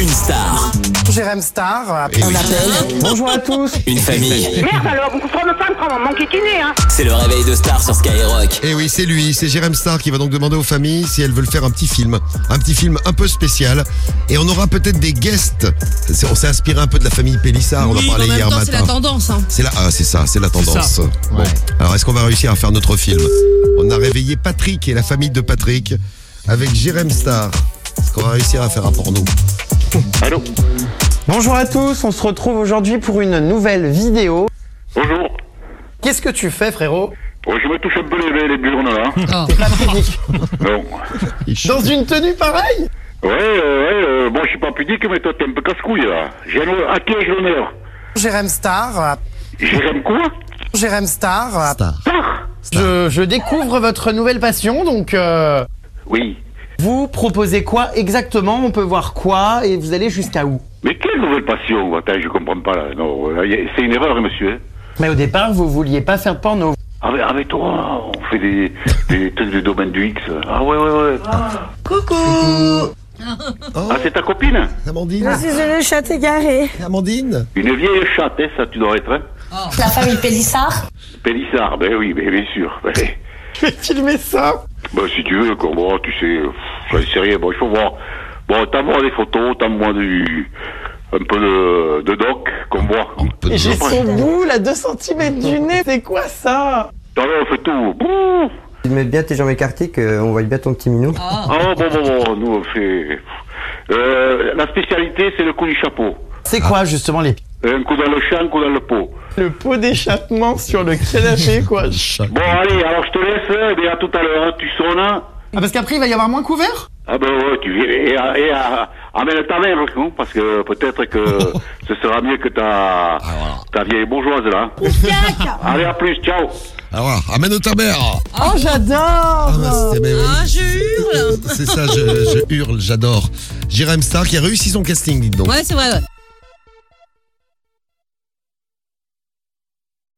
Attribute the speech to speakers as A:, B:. A: Une star,
B: Jérém Star, euh,
C: Et
B: on
C: Eh oui.
B: appelle. Bonjour à tous.
A: une famille.
D: Merde alors, vous comprenez pas, on va me manquer du nez, hein.
A: C'est le réveil de star sur Skyrock.
C: Et Eh oui, c'est lui, c'est Jérém Star qui va donc demander aux familles si elles veulent faire un petit film, un petit film un peu spécial. Et on aura peut-être des guests. C'est- On s'est inspiré un peu de la famille Pélissard, on en
E: Oui,
C: parlait
E: mais en même
C: hier
E: temps, C'est la
C: matin.
E: tendance. Hein.
C: C'est là, ah, c'est ça, c'est la tendance. Bon, alors est-ce qu'on va réussir à faire notre film On a réveillé Patrick et la famille de Patrick avec Jérém Star. Est-ce qu'on va réussir à faire un porno
F: Allô
B: Bonjour à tous, on se retrouve aujourd'hui pour une nouvelle vidéo.
F: Bonjour.
B: Qu'est-ce que tu fais frérot
F: Oh, je me touche un peu les, les burnes là. hein.
B: T'es pas pudique.
F: Non.
B: Dans une tenue pareille
F: Ouais, euh, ouais, euh, bon, je suis pas pudique, mais toi t'es un peu casse-couille là. J'ai un- à qui ai-je l'honneur
B: Jérém Star, euh,
F: Jérém quoi
B: Jérém Star, euh,
C: Star.
F: Star
B: je, je découvre votre nouvelle passion donc... euh,
F: Oui.
B: Vous proposez quoi exactement On peut voir quoi et vous allez jusqu'à où
F: Mais quelle nouvelle passion Attends, je comprends pas là. Non, là, y a- c'est une erreur, hein, monsieur. hein.
B: Mais au départ, vous vouliez pas faire de porno.
F: Avec, avec toi, on fait des, des trucs du domaine du X. Ah ouais, ouais, ouais. Ah, c'est ta copine
C: Amandine
G: Je suis une chatte égarée.
C: Amandine
F: Une vieille chatte, hein, ça tu dois être, hein
H: Ah. La famille Pélissard
F: Pélissard, ben oui, ben, bien sûr. ben.
B: Je vais filmer ça.
F: Bah si tu veux, quoi. Bon, tu sais, pff, j'en sais rien. Bon, il faut voir. Bon, t'envoies des photos, t'envoies du... un peu de, de doc, qu'on voit.
C: Peu de
B: J'ai
C: gens.
B: son boule à 2 cm du nez. C'est quoi ça
F: T'en as, on fait tout. Bouh
I: Mets bien tes jambes écartées, qu'on voit bien ton petit minou.
F: Ah, bon, bon, bon, nous, on fait... Euh, la spécialité, c'est le coup du chapeau.
B: C'est quoi justement les
F: Un coup dans le champ, un coup dans le pot.
B: le pot d'échappement sur le canapé quoi
F: Bon, allez, alors je te laisse, hein, et à tout à l'heure, hein, tu sonnes. hein.
B: Ah parce qu'après il va y avoir moins couvert
F: Ah ben ouais, tu viens, et, à- et à- amène ta mère, hein, parce que peut-être que ce sera mieux que ta, ta vieille bourgeoise, là. Allez, à plus, ciao
C: Ah voilà, amène ta mère
B: Oh j'adore
C: Ah, bah, c'est- mais oui.
E: Ah, je hurle.
C: C'est ça, je, je hurle, j'adore. Jérém Star qui a réussi son casting, dites donc.
E: Ouais, c'est vrai. ouais.